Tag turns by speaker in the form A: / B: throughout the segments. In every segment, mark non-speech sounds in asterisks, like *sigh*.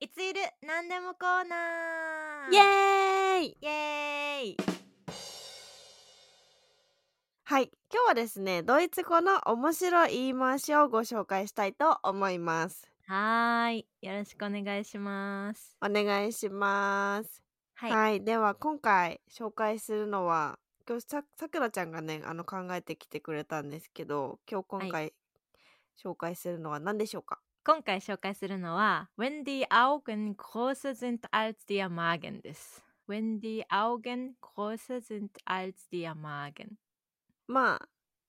A: いついる何でもコーナー
B: イエーイ
A: イエーイ
B: はい今日はですねドイツ語の面白い言い回しをご紹介したいと思います
A: はーいよろしくお願いします
B: お願いします
A: は
B: はいい、では今回紹介するのは今日ささくらちゃんがねあの考えてきてくれたんですけど今日今
A: は
B: 回紹介するのは何でしょうか、
A: 今回紹介するのは When die Augen größer sind als der Magen です。When die Augen größer sind als der Magen。
B: ま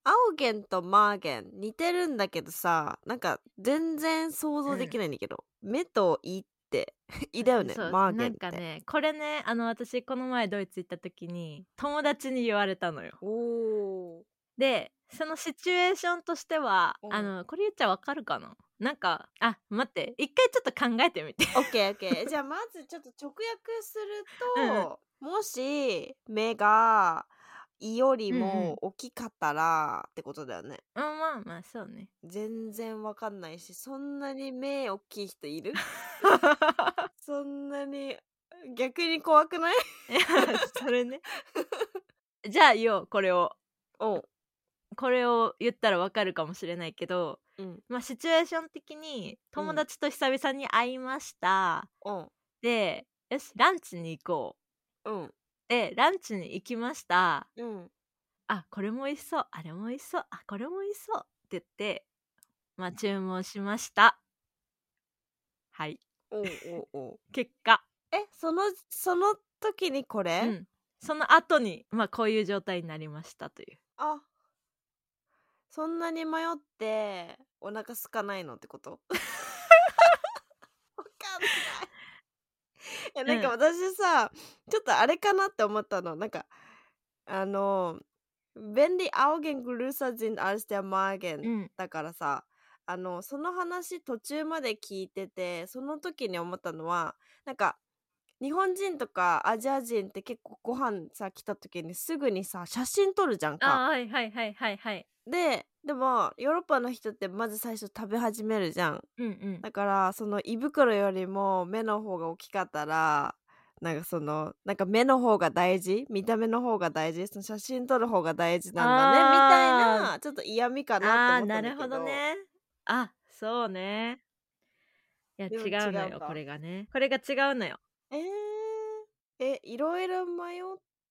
B: あアオゲンとマーゲン似てるんだけどさなんか全然想像できないんだけど、目と胃って *laughs* 胃だよね
A: そう
B: マーゲン
A: な
B: っ
A: ん
B: て
A: かね、これね、あの私この前ドイツ行った時に友達に言われたのよ。
B: おー
A: で、そのシチュエーションとしては、
B: うん
A: あのこれ言っちゃわかるかな。なんか、あ、待って、一回ちょっと考えてみて。
B: オッケーオッケーじゃあまずちょっと直訳する
A: うん
B: と、もし目が胃よりも大きかったらってことだよね、
A: うん、まあまあそう *laughs* ね。
B: 全然わかんないしそんなに目大きい
A: *laughs*
B: 人いるそんなに逆に怖くない
A: いやそれ *laughs* ね。じゃあ言おうこれを。
B: おう、
A: これを言ったらわかるかもしれないけど、
B: うん、
A: まあ、シチュエーション的に友達と久々に会いました、
B: おう
A: でよしランチに行こう
B: うん
A: でランチに行きました
B: うん
A: あこれも美味しそうあれも美味しそうあこれも美味しそうって言って、まあ、注文しましたはい
B: おうおうおう
A: 結果、
B: えそのその時にこれ、
A: うん、その後にまあ、こういう状態になりましたという
B: あそんなに迷ってお腹空かないのってこと *laughs* わかんない。いやなんか私さ、ちょっとあれかなって思ったのなんかあの「便利青源グルーサジンアルステアマーゲン」
A: うん
B: だからさあのその話途中まで聞いててその時に思ったのはなんか日本人とかアジア人って結構ご飯さ来た時にすぐにさ写真撮るじゃんか。
A: あはいはいはいはいはい
B: ででもヨーロッパの人ってまず最初食べ始めるじゃん。
A: うんうん
B: だからその胃袋よりも目の方が大きかったらなんかそのなんか目の方が大事見た目の方が大事その写真撮る方が大事なんだねみ
A: あー
B: たいなちょっと嫌味か
A: あ
B: なと思ったんだ
A: あーな
B: けど
A: るほどねあそうねいや
B: でも
A: 違うの
B: 違う
A: よ
B: か
A: これがねこれが違うのよ
B: えー、えいろいろ迷っ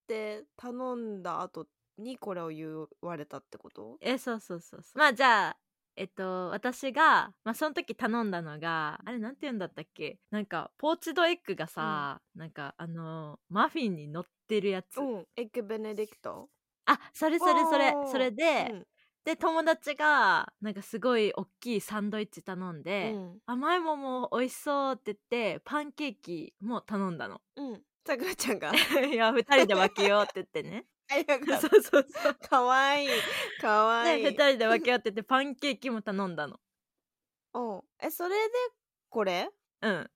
B: て頼んだ後にこれを言われたってこと
A: えそうそうそうそうまあじゃあえっと私が、まあ、その時頼んだのがあれなんて言うんだったっけなんかポーチドエッグがさ、なんかあのーマフィンに乗ってるやつ、
B: うんエッグベネディクト
A: あそれそれそれ
B: おー
A: それで、
B: うん
A: で友達がなんかすごい大きいサンドイッチ頼ん
B: う
A: で、
B: ん
A: 甘いもんも美味しそうって言ってパンケーキも頼んだの *laughs*
B: うんさくらちゃんが
A: いや二人で分けようって言って
B: *laughs*
A: ね
B: あよかっ
A: そ
B: た
A: うそうそう
B: *laughs* かわいいかわいい、
A: で二人で分けようって言ってパンケーキも頼んだの
B: うんえそれでこれ
A: うん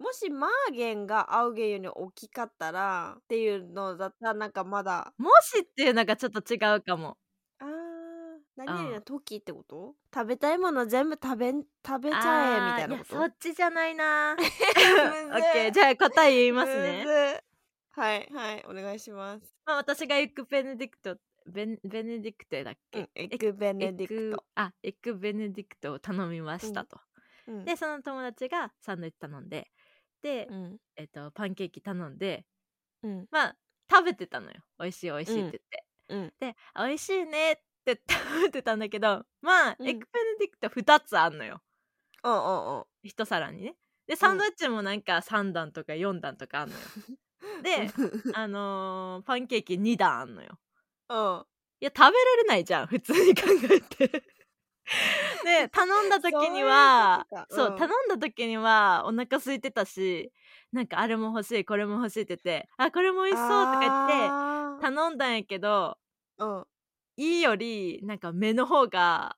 B: もしマーゲンがアウゲンより大きかったらっていうのだったらなんかまだ
A: もしっていうのがちょっと違うかも
B: あー何より
A: う
B: の
A: ん
B: 時ってこと食べたいもの全部食べん食べちゃえみたいなこと
A: あーやそっちじゃないな
B: *laughs*
A: オ
B: むずい
A: ッケーじゃあ答え言います
B: む
A: ね
B: ず、いはいはいお願いします
A: まあ、私がエッグベネディクトベンベネディクテだっけ、
B: うんエッグベ
A: エ
B: ネディ
A: ッ
B: ク
A: グ
B: ト
A: あエッグベネディクトを頼みましたと、
B: うん
A: でその友達がサンドイッチ頼んでで、
B: うん
A: えっとパンケーキ頼んで
B: うん
A: まあ食べてたのよ美味しい美味しいって言って、
B: うん
A: で「美味しいね」って *laughs* 食べてたんだけどまあ、
B: うん
A: エッグベネディクト2つあんのよ
B: おうお
A: 一皿にねでサンドイッチもなんか3段とか4段とか
B: *laughs*
A: あんのよ、で
B: うおう
A: あのーパンケーキ2段あんのよ
B: うん
A: いや食べられないじゃん普通に考えて *laughs* で頼んだ時には
B: そういうこと
A: そう,、
B: かうん
A: 頼んだ時にはお腹空いてたしなんかあれも欲しいこれも欲しいって言って「あこれも美味しそう」とか言って
B: って
A: 頼んだんやけど
B: うん
A: いいよりなんか目の方が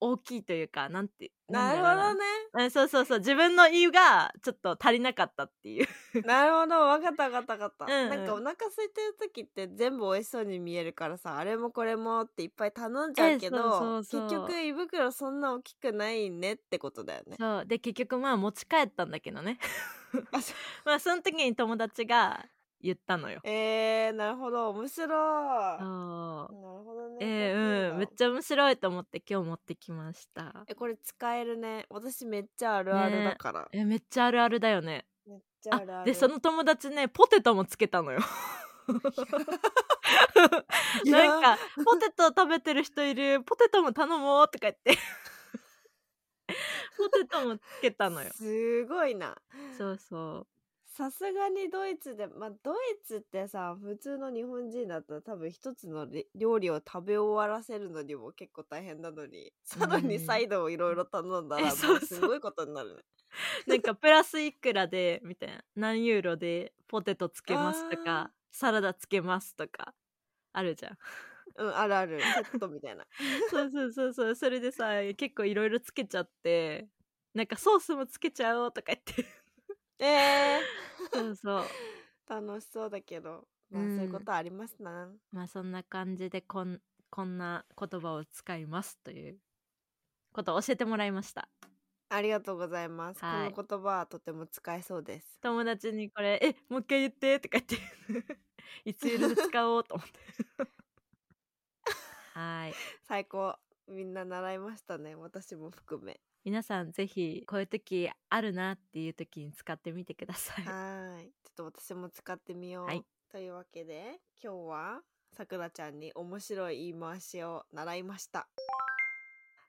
A: 大きいというかなんて
B: なるほ
A: んだろ
B: ど
A: う
B: ね。
A: うんそうそうそう自分の胃がちょっと足りなかったっていう
B: *laughs* なるほど、わかったわかったわかった。
A: うんうん
B: なんかお腹空いてる時って全部美味しそうに見えるからさ、あれもこれもっていっぱい頼んじゃうけど、
A: えそうそうそう
B: 結局胃袋そんな大きくないねってことだよね。
A: そうで結局まあ持ち帰ったんだけどね
B: *laughs* あそう
A: *laughs* まあその時に友達が言ったのよ
B: えー、なるほど、面白い。なる
A: そう
B: ほどね。
A: えーうんめっ
B: ゃ。
A: ちゃ面白いと思って今日持ってきました
B: え、これ使えるね。私めっちゃあるあるだから。
A: えめっちゃあるあるだよね
B: めっちゃ
A: あ
B: あるある。
A: でその友達ねポテトもつけたのよ
B: いや
A: なんかポテト食べてる人いるポテトも頼もうとか言って *laughs* ポテトもつけたのよ
B: すごいな。
A: そうそ
B: さすがにドイツで、まあ、ドイツってさ普通の日本人だったら多分一つのり料理を食べ終わらせるのにも結構大変なのにさらに
A: うん
B: サイドをいろいろ頼んだ
A: え
B: らも
A: そう
B: う
A: そう
B: すごいことになるね。
A: うなんかプラスいくらでみたいな何ユーロでポテトつけますと
B: あ
A: かサラダつけますとかあるじゃん
B: うんあるあるセットみた
A: *laughs*
B: いな。
A: そうそうそうそうそれでさ結構いろいろつけちゃってなんかソースもつけちゃおうとか言って
B: え
A: そうそう
B: ー、楽しそうだけど、まあ、
A: う
B: そ
A: ん
B: ういうことありますな。
A: まあそんな感じでこんこんな言葉を使いますということを教えてもらいました
B: ありがとうございます。こ
A: はい
B: の言葉はとても使えそうです。
A: 友達にこれ「えもう一回言って」とか言って *laughs* いつゆるで使おうと思ってはい
B: 最高みんな習いましたね私も含め。
A: 皆さんぜひこういう時あるなっていう時に使ってみてください
B: はーい。ちょっと私も使ってみよう。
A: はい
B: というわけで、今日はさくらちゃんに面白い言い回しを習いました。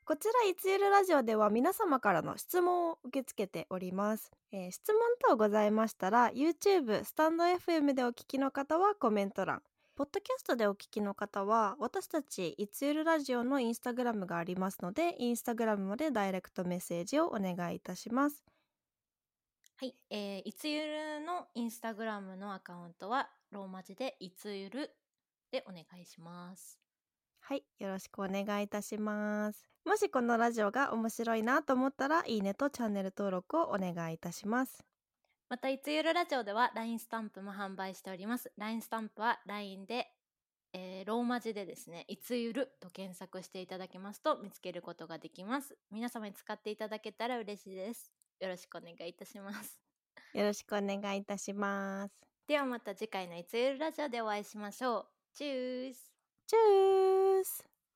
B: こちら、いつゆるラジオでは皆様からの質問を受け付けております。えー質問等ございましたら、YouTube、スタンド FM でお聞きの方はコメント欄。ポッドキャストでお聞きの方は、私たち、いつゆるラジオのインスタグラムがありますので、インスタグラムまでダイレクトメッセージをお願いいたします。
C: はい、えー、いつゆるのインスタグラムのアカウントはローマ字でいつゆるでお願いします。
B: はい、よろしくお願いいたします。もしこのラジオが面白いなと思ったら、いいねとチャンネル登録をお願いいたします。
C: またいつゆるラジオでは LINE スタンプも販売しております。LINE スタンプは LINE で、えーローマ字でですね、いつゆると検索していただけますと見つけることができます。皆様に使っていただけたら嬉しいです。よろしくお願いいたします。
B: よろしくお願いいたします。
C: ではまた次回のいつゆるラジオでお会いしましょう。チュース
B: チュース